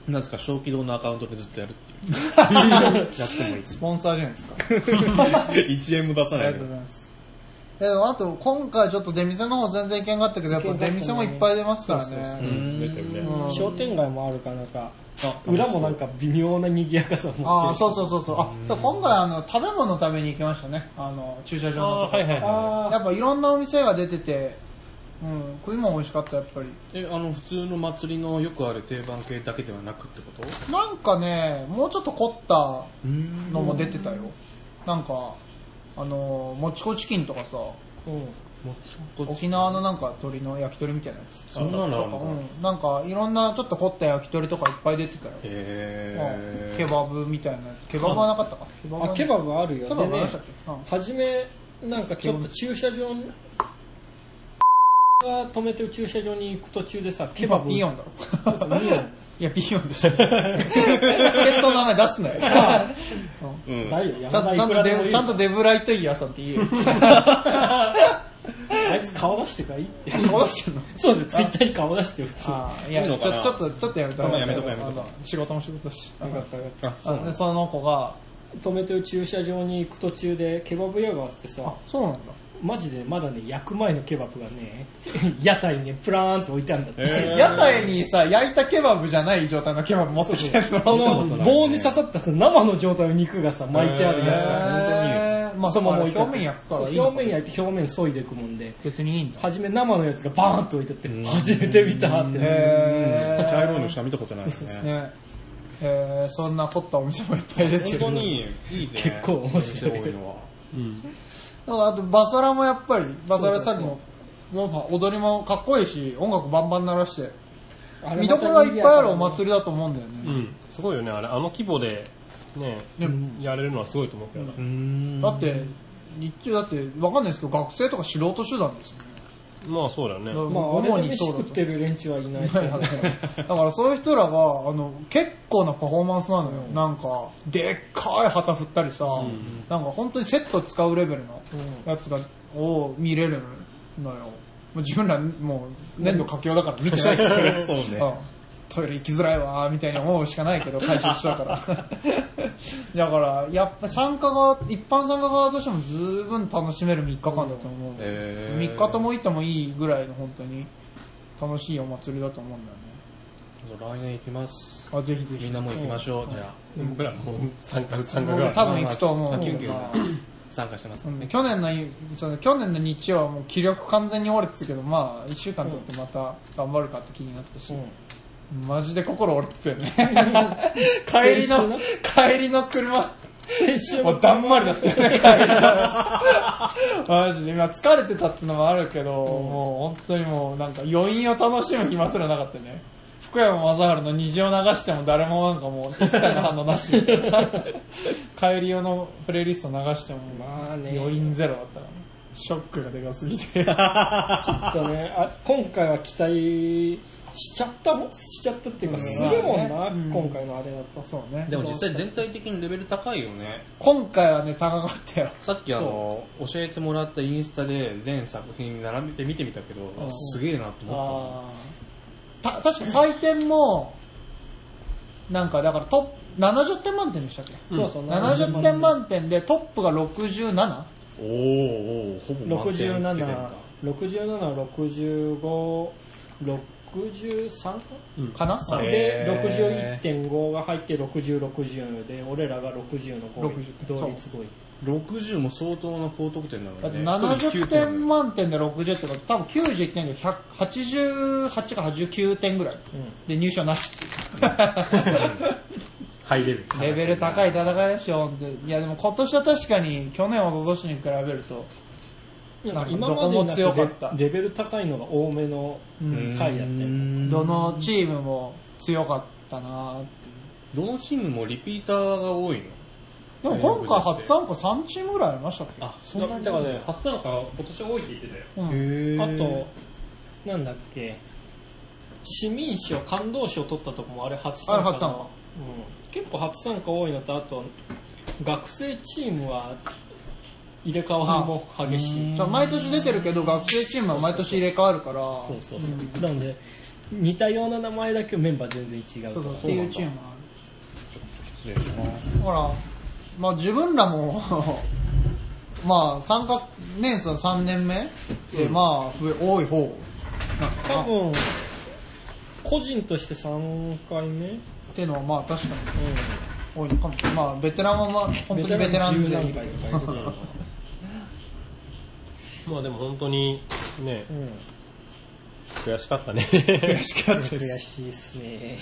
Speaker 2: なぜか小気道のアカウントでずっとやる ってい う。やってもいいです
Speaker 4: ス。ポンサーじゃないですか。
Speaker 2: 1円も出さ
Speaker 4: ありが
Speaker 2: ない
Speaker 4: とうご。
Speaker 2: で
Speaker 4: ざいます。でもあと、今回ちょっと出店の方全然意見があったけど、やっぱ出店もいっぱい出ますから
Speaker 2: う
Speaker 4: ね。
Speaker 2: ん
Speaker 3: 出てるね。
Speaker 4: うん
Speaker 5: 商店街もあるからなんか
Speaker 2: あ
Speaker 5: 裏もなんか微妙な賑やかさを持ってる
Speaker 4: ああ、そうそうそうそう。あ、でも今回あの、食べ物食べに行きましたね。あの、駐車場のとこ。
Speaker 3: はいはいは
Speaker 5: あ
Speaker 4: やっぱいろんなお店が出てて、うん、食い物美味しかった、やっぱり。
Speaker 2: え、あの、普通の祭りのよくある定番系だけではなくってこと
Speaker 4: なんかね、もうちょっと凝った
Speaker 2: うん。
Speaker 4: のも出てたよ。なんか、あの、もちこチキンとかさ、
Speaker 5: ーうん
Speaker 2: もうちょっと
Speaker 4: 沖縄のなんか鳥の焼き鳥みたいなやつ。
Speaker 2: そんなのあ
Speaker 4: と
Speaker 2: るん
Speaker 4: か、
Speaker 2: だ
Speaker 4: うん、なんかいろんなちょっと凝った焼き鳥とかいっぱい出てたよ。
Speaker 2: へ
Speaker 4: うん
Speaker 2: ー
Speaker 4: ケバブみたいなやつ。ケバブはなかったか。ケバブは
Speaker 5: あケバブあるよ
Speaker 4: ケバ
Speaker 5: で
Speaker 4: ブあり
Speaker 5: ね
Speaker 4: ましたっけうん
Speaker 5: 初めなんかちょっと駐車場にが止めてる駐車場に行く途中でさケバブ
Speaker 4: ピヨ
Speaker 5: そ
Speaker 4: ンだろ。
Speaker 5: うそうミヨン
Speaker 4: いや、ピーヨンでしょ。助っ人の名前出すなよ。
Speaker 2: う
Speaker 5: だ
Speaker 2: ん。
Speaker 5: よ
Speaker 4: ちゃ
Speaker 5: 山田いく
Speaker 4: んとちゃんと
Speaker 5: らでも
Speaker 4: デ、
Speaker 5: いい
Speaker 4: ちゃんとデブライトイヤーさんって言えよ。
Speaker 5: あいつ顔出してからいいって
Speaker 4: 顔出してんの
Speaker 5: そうでツイッターに顔出して普通
Speaker 4: あーいや、
Speaker 2: いい
Speaker 4: ちょ
Speaker 2: のかな
Speaker 4: ちょっと、ちょっとやめと
Speaker 2: まあやめとこうやめとこう
Speaker 4: あの仕事も仕事だし。
Speaker 5: よかったよかっ
Speaker 2: あ、そう
Speaker 4: あ
Speaker 2: なん
Speaker 4: で、
Speaker 2: だ。
Speaker 4: その子が、
Speaker 5: た止めてる駐車場に行く途中でケバブ屋があってさ
Speaker 4: あ、そうなんだ。
Speaker 5: マジでまだね焼く前のケバブがね 屋台にねプラーンと置いてあるんだって、
Speaker 2: へー
Speaker 4: 屋台にさ、焼いたケバブじゃない状態のケバブ持ってきてる の。
Speaker 5: こ
Speaker 2: 見たこと
Speaker 5: の
Speaker 2: ないね
Speaker 5: 棒に刺さったさ生の状態の肉がさ巻いてあるやつが
Speaker 4: へーまあ、そ
Speaker 5: そのま
Speaker 4: の
Speaker 5: ま置いてある
Speaker 4: 表面焼くからい
Speaker 5: そう
Speaker 4: いのか
Speaker 5: 表面焼いて表面削いでいくもんで
Speaker 4: 別にいいんだ。
Speaker 5: 初め生のやつがバーンと置いてあって初めて見たって
Speaker 4: へー
Speaker 2: 茶色いのしか見たことないですね。
Speaker 4: ね。えー、そんな凝ったお店もいっぱい出て
Speaker 2: 本
Speaker 4: る。
Speaker 2: 当に、いいね。
Speaker 5: 結構面白い
Speaker 2: 面多いのは。
Speaker 4: あとバサラもやっぱり、バサラさっきの、もう踊りもかっこいいし、音楽バンバン鳴らして、
Speaker 5: あれ
Speaker 4: 見どころがいっぱいあるお
Speaker 5: また
Speaker 4: 祭りだと思うんだよ
Speaker 3: う
Speaker 4: ね。
Speaker 3: ん。すごいよね、あれ、あの規模で、ね、やれるのはすごいと思うけどな。
Speaker 2: うーん。
Speaker 4: だって、日中だって、わかんないですけど、学生とか素人集団ですよね。
Speaker 3: まあそうだよね。
Speaker 5: まああれで飯
Speaker 4: だ
Speaker 5: 食ってる連中はいないと思う
Speaker 4: だからそういう人らが、あの、結構なパフォーマンスなのよ。なんか、でっかい旗振ったりさ、なんか本当にセット使うレベルのやつが、を見れるのよ。もう自分ら、もう、年度佳境だから見て ないですよ。
Speaker 2: そうね
Speaker 4: んトイレ行きづらいわーみたいに思うしかないけど、会社一緒だから。だから、 やっぱ参加が、一般参加側としても十分楽しめる3日間だと思う。
Speaker 2: へー
Speaker 4: 3日とも行ってもいいぐらいの本当に楽しいお祭りだと思うんだよね。
Speaker 2: 来年行きます。
Speaker 4: あ、ぜひぜ
Speaker 2: み
Speaker 4: ひ
Speaker 2: ん。なも行きましょう、じゃあ。
Speaker 3: 僕らもう参加、参加
Speaker 4: 僕
Speaker 3: が。
Speaker 4: 多分行くと思う
Speaker 2: あ
Speaker 4: んだ
Speaker 2: キュ
Speaker 4: け
Speaker 2: ンキ
Speaker 4: どな。
Speaker 2: ュン参加してます
Speaker 4: う
Speaker 2: もん
Speaker 4: ん
Speaker 2: ね。
Speaker 4: 去年のい、その去年の日曜はもう気力完全に折れてたけど、まあ、1週間経ってまた頑張るかって気になったし、 マジで心折れてたよね。帰りの
Speaker 5: 青春、
Speaker 4: 帰りの車、
Speaker 5: 先週
Speaker 4: も
Speaker 5: も
Speaker 4: うだんまりだったよね、会がマジで、今疲れてたってのもあるけど、もう本当にもうなんか余韻を楽しむ暇すらなかったね。福山雅治の虹を流しても誰もなんかもう一切の反応なしみたいな。帰り用のプレイリスト流しても、
Speaker 5: まあね
Speaker 4: 余韻ゼロだったからね。ショックがでかすぎ
Speaker 5: ち
Speaker 4: て。
Speaker 5: ょっとねあ今回は期待しちゃったもんしちゃったっていうか、するもんな、
Speaker 4: うん
Speaker 5: 今回のあれだと
Speaker 4: そうね。
Speaker 2: でも実際全体的にレベル高いよね。
Speaker 4: 今回はね、高かったよ。
Speaker 2: さっきあの、教えてもらったインスタで全作品並べて見てみたけど、
Speaker 4: ん
Speaker 2: すげえなと思った
Speaker 4: ああ。た、確か採点も、なんかだからトップ、70点満点でしたっけ
Speaker 5: そうそう
Speaker 4: 70点満点でトップが 67?
Speaker 2: もん。おーおーほぼ満点つけてんだ。
Speaker 5: 67676563
Speaker 4: かな、
Speaker 5: か
Speaker 2: へ
Speaker 5: で
Speaker 2: ー
Speaker 5: 61.5が入って6060で俺らが60の5位
Speaker 4: 60
Speaker 5: 同率5位
Speaker 2: 60も相当な高得点だ
Speaker 4: だ
Speaker 2: か
Speaker 4: っ
Speaker 2: ら
Speaker 4: て
Speaker 2: ね。
Speaker 4: 70
Speaker 2: 9だよ
Speaker 4: 点満点で60ってこと多分91点で188か89点ぐらい、で入賞なし
Speaker 3: 入れる。
Speaker 4: レベル高い戦いですよ本当にいやでも今年は確かに去年おととしに比べるとなんか
Speaker 5: 今
Speaker 4: ど
Speaker 5: ま
Speaker 4: こ
Speaker 5: で
Speaker 4: も
Speaker 5: にな
Speaker 4: 強か
Speaker 5: く
Speaker 4: った
Speaker 5: レレベル高いのが多めの
Speaker 4: うん
Speaker 5: 回やって
Speaker 2: う
Speaker 5: る
Speaker 2: ん
Speaker 4: どのチームも強かったなっていう
Speaker 2: どのチームもリピーターが多いの
Speaker 4: でも今回初参加3チームぐらいありましたっけ
Speaker 2: あ、そ
Speaker 3: だからね、初なんか今年多いって言ってたよ。
Speaker 4: うん
Speaker 2: へ
Speaker 5: あとなんだっけ市民賞感動賞取ったとこもあれ初参加
Speaker 4: あれ初参加
Speaker 5: うん、結構初参加多いのとあと学生チームは入れ替わりも激しい
Speaker 4: だから毎年出てるけど学生チームは毎年入れ替わるから
Speaker 5: そうそうそう、なので似たような名前だけどメンバー全然違う
Speaker 4: そう
Speaker 5: か
Speaker 4: そう
Speaker 5: ら
Speaker 4: っていうチームはある
Speaker 2: 失礼します。
Speaker 4: ほら、まあ自分らも、まあ参加年数3年目で、まあ増え多い方なんかな
Speaker 5: 多
Speaker 4: っ
Speaker 5: 分個人として3回目、うん、
Speaker 4: ていうのはまあ確かに多いのかもしれない。まあベテランはまあ本当にベテラン
Speaker 5: ベテ
Speaker 4: 勢
Speaker 5: ラン
Speaker 4: い
Speaker 5: 10何回
Speaker 4: る。
Speaker 5: とかいるか
Speaker 3: まあでも本当に、ね、
Speaker 5: ら、うん
Speaker 3: 悔しかったね。
Speaker 4: 悔しかったです。
Speaker 5: 悔しいっすね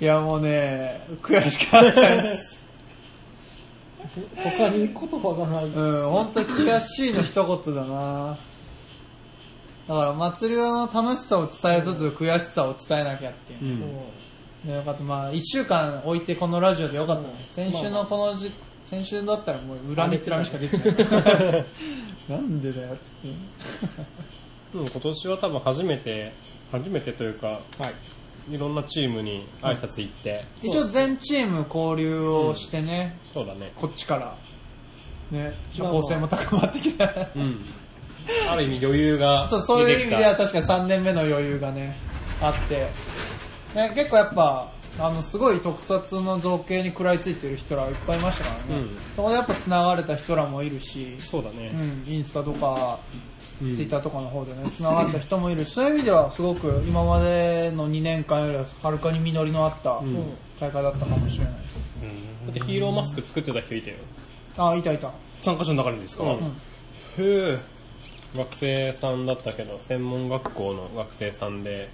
Speaker 4: いやもうね、悔しかったです。
Speaker 5: 他に言葉がない、
Speaker 4: うん、本当に悔しいの一言だな。だから祭りの楽しさを伝えつつ悔しさを伝えなきゃっていう。
Speaker 5: うん
Speaker 4: ね、よかった。まあ、一週間置いてこのラジオでよかったね。先週のこの時、先週だったらもう恨みつらみしか出てない。 なんでだよ、つって。
Speaker 3: うん、今年は多分初めて、初めてというか、
Speaker 5: はい
Speaker 3: いろんなチームに挨拶行って、
Speaker 4: 一応全チーム交流をしてね、
Speaker 3: そうだね。
Speaker 4: こっちから。ね、社
Speaker 5: まあ
Speaker 4: 交性も高まってきた。
Speaker 3: うん。ある意味余裕が
Speaker 4: そう、そういう意味では
Speaker 3: 出て
Speaker 4: 確かに3年目の余裕がね、あって。ね、結構やっぱ、あの、すごい特撮の造形に食らいついてる人らいっぱいいましたからね。
Speaker 3: うん
Speaker 4: そこでやっぱ繋がれた人らもいるし
Speaker 3: きた。そうだ
Speaker 4: う
Speaker 3: ね。
Speaker 4: ん、インスタとか、
Speaker 3: うん
Speaker 4: ツイッターとかの方でね、繋がった人もいるし、そういう意味ではすごく今までの2年間よりははるかに実りのあった
Speaker 3: ん
Speaker 4: 大会だったかもしれないです。
Speaker 3: だってヒーローマスク作ってた人いたよ。
Speaker 4: あ、いたいた。
Speaker 2: 参加者の中にですか、
Speaker 3: うん
Speaker 2: へえ。
Speaker 3: 学生さんだったけど、専門学校の学生さんで、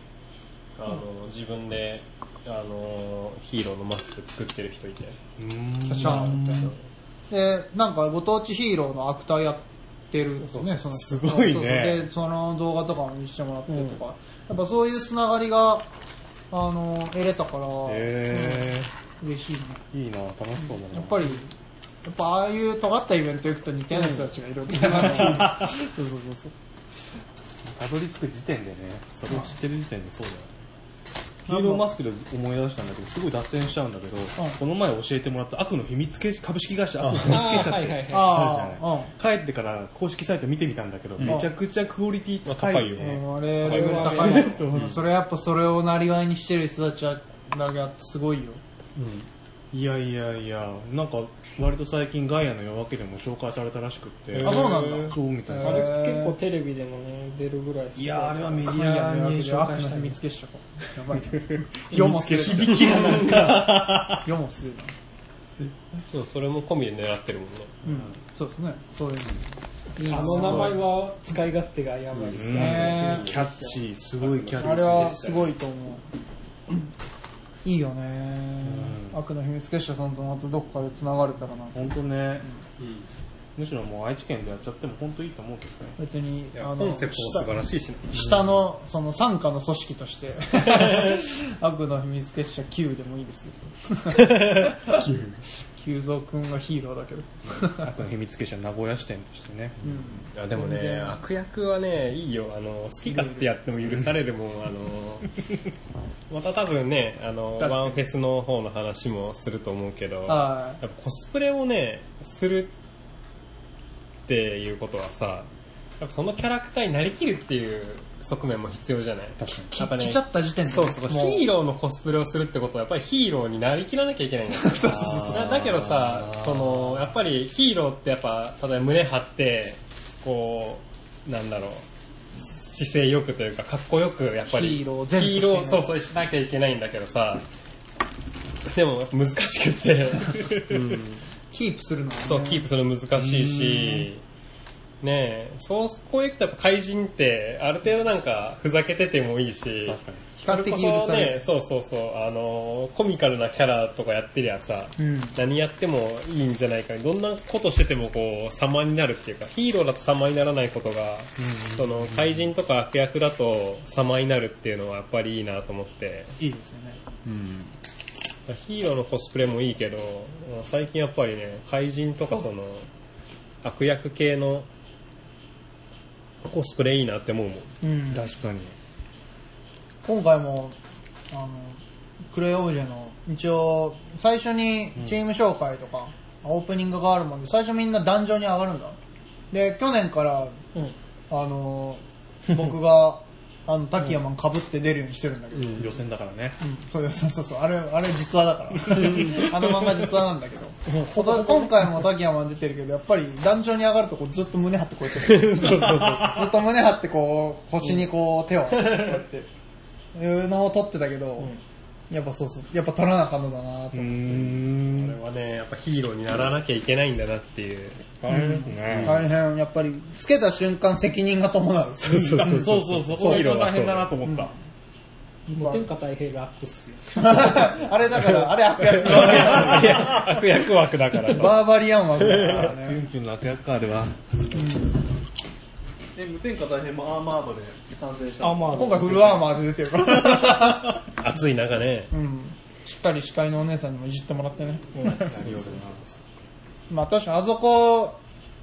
Speaker 3: あの、自分で、あの、ヒーローのマスク作ってる人いて。
Speaker 2: うん
Speaker 4: シャーみたいな。で、なんかご当地ヒーローのアクターやってるんですよね、その人
Speaker 2: すごいね
Speaker 4: そうそうで、その動画とかも見せてもらってとか、やっぱそういうつながりが、あの、得れたから、
Speaker 2: へ
Speaker 4: 嬉しいね。
Speaker 2: え。いいな、楽しそうだな。
Speaker 4: やっぱり、やっぱああいう尖ったイベント行くと似たような人たちがいる わけだなっていうそうそうそうそう。
Speaker 2: たどり着く時点でね、それを知ってる時点でそうだよね。ヒーローマスクで思い出したんだけど、すごい脱線しちゃうんだけど、この前教えてもらった悪の秘密警視株式会社悪の秘密警視
Speaker 5: あー
Speaker 2: 社っ
Speaker 5: はいはいはい
Speaker 2: て、
Speaker 4: ああ、うん。
Speaker 2: 帰ってから公式サイト見てみたんだけど、めちゃくちゃクオリティ高い
Speaker 3: 高いよね。
Speaker 4: あれ、レベル高いなそれやっぱそれをなりわいにしてる人たちだけあってすごいよ。
Speaker 2: いやいやいや、なんか割と最近ガイアの夜明けでも紹介されたらしくって。
Speaker 4: あそうなんだ
Speaker 2: そうみたい
Speaker 4: へ
Speaker 5: あ
Speaker 2: な。
Speaker 5: れ
Speaker 4: ー
Speaker 5: 結構テレビでもね出るぐらいすご
Speaker 2: いやあれはメデ
Speaker 4: いや
Speaker 2: ィアに紹介
Speaker 4: 悪
Speaker 2: した
Speaker 4: の
Speaker 2: い
Speaker 4: 見つけしやばい。世もする。響きがなんか。 世もするな。
Speaker 3: そう、それも込みで狙ってるもんね。
Speaker 4: うん。そうですね。そういう意味。
Speaker 5: あの名前は使い勝手がやばいっす
Speaker 4: ね
Speaker 2: キャッチー、すごいキャッチーでしたよ。
Speaker 4: あれはすごいと思う。いいよね。悪の秘密結社さんとまたどっかで繋がれたらな
Speaker 2: 本当ね、むしろもう愛知県でやっちゃっても本当いいと思うけどね
Speaker 4: 別にあ
Speaker 2: コ
Speaker 4: の
Speaker 2: ンセプトも素晴らしいしね
Speaker 4: 下のその傘下の組織として 悪の秘密結社 Q でもいいですよ Q 蔵くんがヒーローだけど、
Speaker 2: 悪の秘密結社名古屋支店としてね
Speaker 4: うん、
Speaker 3: いやでも
Speaker 4: 全
Speaker 3: ね、
Speaker 4: 然
Speaker 3: 悪役はね、いいよ。あの、好き勝手やっても許されるもん。あの、 また多分ね、あの、
Speaker 2: 確かに
Speaker 3: ワンフェスの方の話もすると思うけど、やっ
Speaker 4: はい
Speaker 3: ぱコスプレをね、するっていうことはさ、やっぱそのキャラクターになりきるっていう側面も必要じゃない
Speaker 2: 確かに
Speaker 3: やっぱ
Speaker 4: 来ちゃった時点でね
Speaker 3: そうそう
Speaker 4: もう
Speaker 3: ヒーローのコスプレをするってことはやっぱりヒーローになりきらなきゃいけないんだよだだけどさそのやっぱりヒーローってやっぱ例えば胸張ってこうなんだろう姿勢よくというかかっこよくやっぱり
Speaker 4: ヒーロー全部
Speaker 3: ヒーローそうそうしなきゃいけないんだけどさでもやっぱ難しくて、
Speaker 4: キープするのはね
Speaker 3: そうキープするの難しいしねえそうこういうとやっぱ怪人ってある程度なんかふざけててもいいし
Speaker 2: 確かに
Speaker 4: 比較的許される
Speaker 3: それこそね、そうそうそう、あのーコミカルなキャラとかやってりゃさ、
Speaker 4: うん
Speaker 3: 何やってもいいんじゃないか、どんなことしててもこう、様になるっていうか、ヒーローだと様にならないことが、その、怪人とか悪役だと様になるっていうのはやっぱりいいなと思って、
Speaker 4: いいですよね
Speaker 2: うん
Speaker 3: ヒーローのコスプレもいいけど、最近やっぱりね、怪人とかその、悪役系のコスプレいいなって思うもん。
Speaker 4: うん
Speaker 2: 確かに
Speaker 4: 今回もあのクレイオブジェの一応最初にチーム紹介とか、オープニングがあるもんで最初みんな壇上に上がるんだで去年から
Speaker 5: うん。
Speaker 4: あの僕があの滝山かぶって出るようにしてるんだけど、うん
Speaker 2: 予選だからね
Speaker 4: そうそうそうそうあれあれ実話だ からあの漫画実話なんだけどこと今回も滝山出てるけどやっぱり壇上に上がるとこうずっと胸張ってこ うやってるずっと胸張ってこう腰にこう手をこうやっていうのを取ってたけど、やっぱそうそうやっぱ取らなあかんのだなと、
Speaker 2: う
Speaker 4: う
Speaker 3: これ
Speaker 2: ん
Speaker 3: はね、やっぱヒーローにならなきゃいけないんだなっていう。
Speaker 2: 大変ですね
Speaker 4: 大変やっぱりつけた瞬間責任が伴う
Speaker 3: そうそう
Speaker 2: そうそうそうそ
Speaker 3: ヒ
Speaker 2: う
Speaker 3: ーローは
Speaker 2: 大
Speaker 3: そう
Speaker 2: 変だなと思った
Speaker 5: モテる方平楽っすよ。
Speaker 4: あれだからあれ悪 役
Speaker 3: いや 悪役枠だからさ。
Speaker 4: バーバリアンはだから
Speaker 2: キュ
Speaker 4: ね
Speaker 2: ンキュンの悪役かあれは
Speaker 6: で無添加大変もアーマードで参戦した
Speaker 5: あ、まあ。
Speaker 4: 今回フルアーマーで出てるから
Speaker 3: 暑い中ね。
Speaker 4: うん。しっかり司会のお姉さんにもいじってもらってね。まあ確かにあそこ、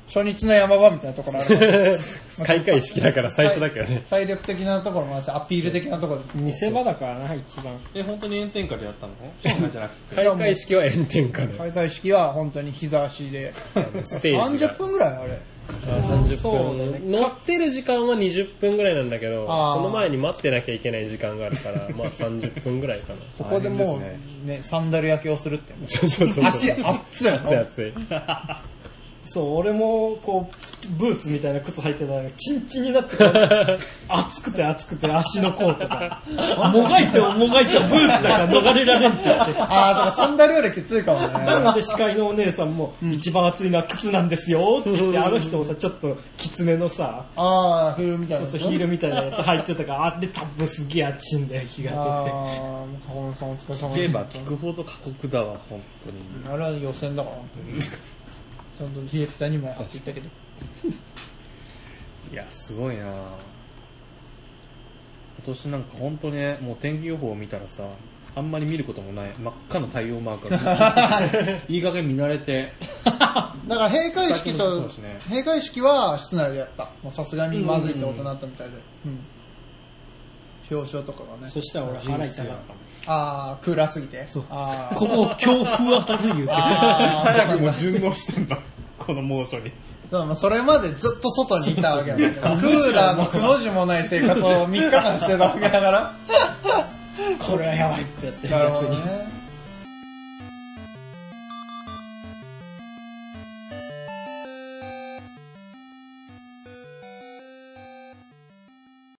Speaker 4: 初日の山場みたいなところあるから
Speaker 3: 開会式だから最初だけど ね。
Speaker 4: 体力的なところもあるし、アピール的なところで。
Speaker 5: 見せ場だからな、一番。
Speaker 2: え本当に炎天下でやったのそうじゃなくて
Speaker 3: 開会式は炎天下で。
Speaker 4: 開会式は本当に膝足で。
Speaker 3: ステージが
Speaker 4: 30。分ぐらいあれ。
Speaker 3: あ30
Speaker 5: そうだ
Speaker 3: 分。乗ってる時間は20分ぐらいなんだけど、
Speaker 4: あー
Speaker 3: その前に待ってなきゃいけない時間があるから、まあ30分ぐらい かな。
Speaker 4: そこでも
Speaker 2: 大変です
Speaker 4: う、ね、サンダル焼きをするって。
Speaker 3: そうそうそう。
Speaker 4: 足熱い
Speaker 3: 熱い熱い。
Speaker 5: そう、俺も、こう、ブーツみたいな靴履いてたら、チンチンになって こう、熱くて熱くて足の甲と か、もがいてもがいてもブーツだから逃れられんって言 って。
Speaker 4: ああ、だからサンダルよりきついかもね。
Speaker 5: で、司会のお姉さんも、一番熱いのは靴なんですよって言って、あの人もさ、ちょっときつめのさ、
Speaker 4: ああ、フールみたい
Speaker 5: そう
Speaker 4: な。
Speaker 5: そうヒールみたいなやつ入ってた から、あれ多分すげえ熱いんだよ、日が出て。
Speaker 4: ああ、カホンさんお疲れ様
Speaker 2: ゲ
Speaker 4: で
Speaker 2: ー
Speaker 4: し
Speaker 2: バ
Speaker 4: た
Speaker 2: ー聞くほど過酷だわ本当に
Speaker 4: あれは予選だから、本当に。ちゃんとディレクターにもやっていったけど。
Speaker 2: いや、すごいなぁ今年なんか本当ね、もう天気予報を見たらさ、あんまり見ることもない、真っ赤な太陽マークが いい加減見慣れて、
Speaker 4: だから閉会式
Speaker 2: そう
Speaker 4: と
Speaker 2: ですね、
Speaker 4: 閉会式は室内でやった。もうさすがにまずいってことになったみたいで。うん。表彰とかがね
Speaker 5: そ。したら俺腹痛かっ
Speaker 4: あー、クーラーすぎて。あ
Speaker 5: た。
Speaker 4: ー。
Speaker 5: ここ、強風当たる言うて。
Speaker 4: あー、そうなんだ。
Speaker 2: 順応してんだ、この猛暑に。
Speaker 4: そうまあそれまでずっと外にいたわけだから。 クーラーのくの字もない生活を3日間してたわけだから。
Speaker 5: これはやばいってやって。
Speaker 4: なるほどね。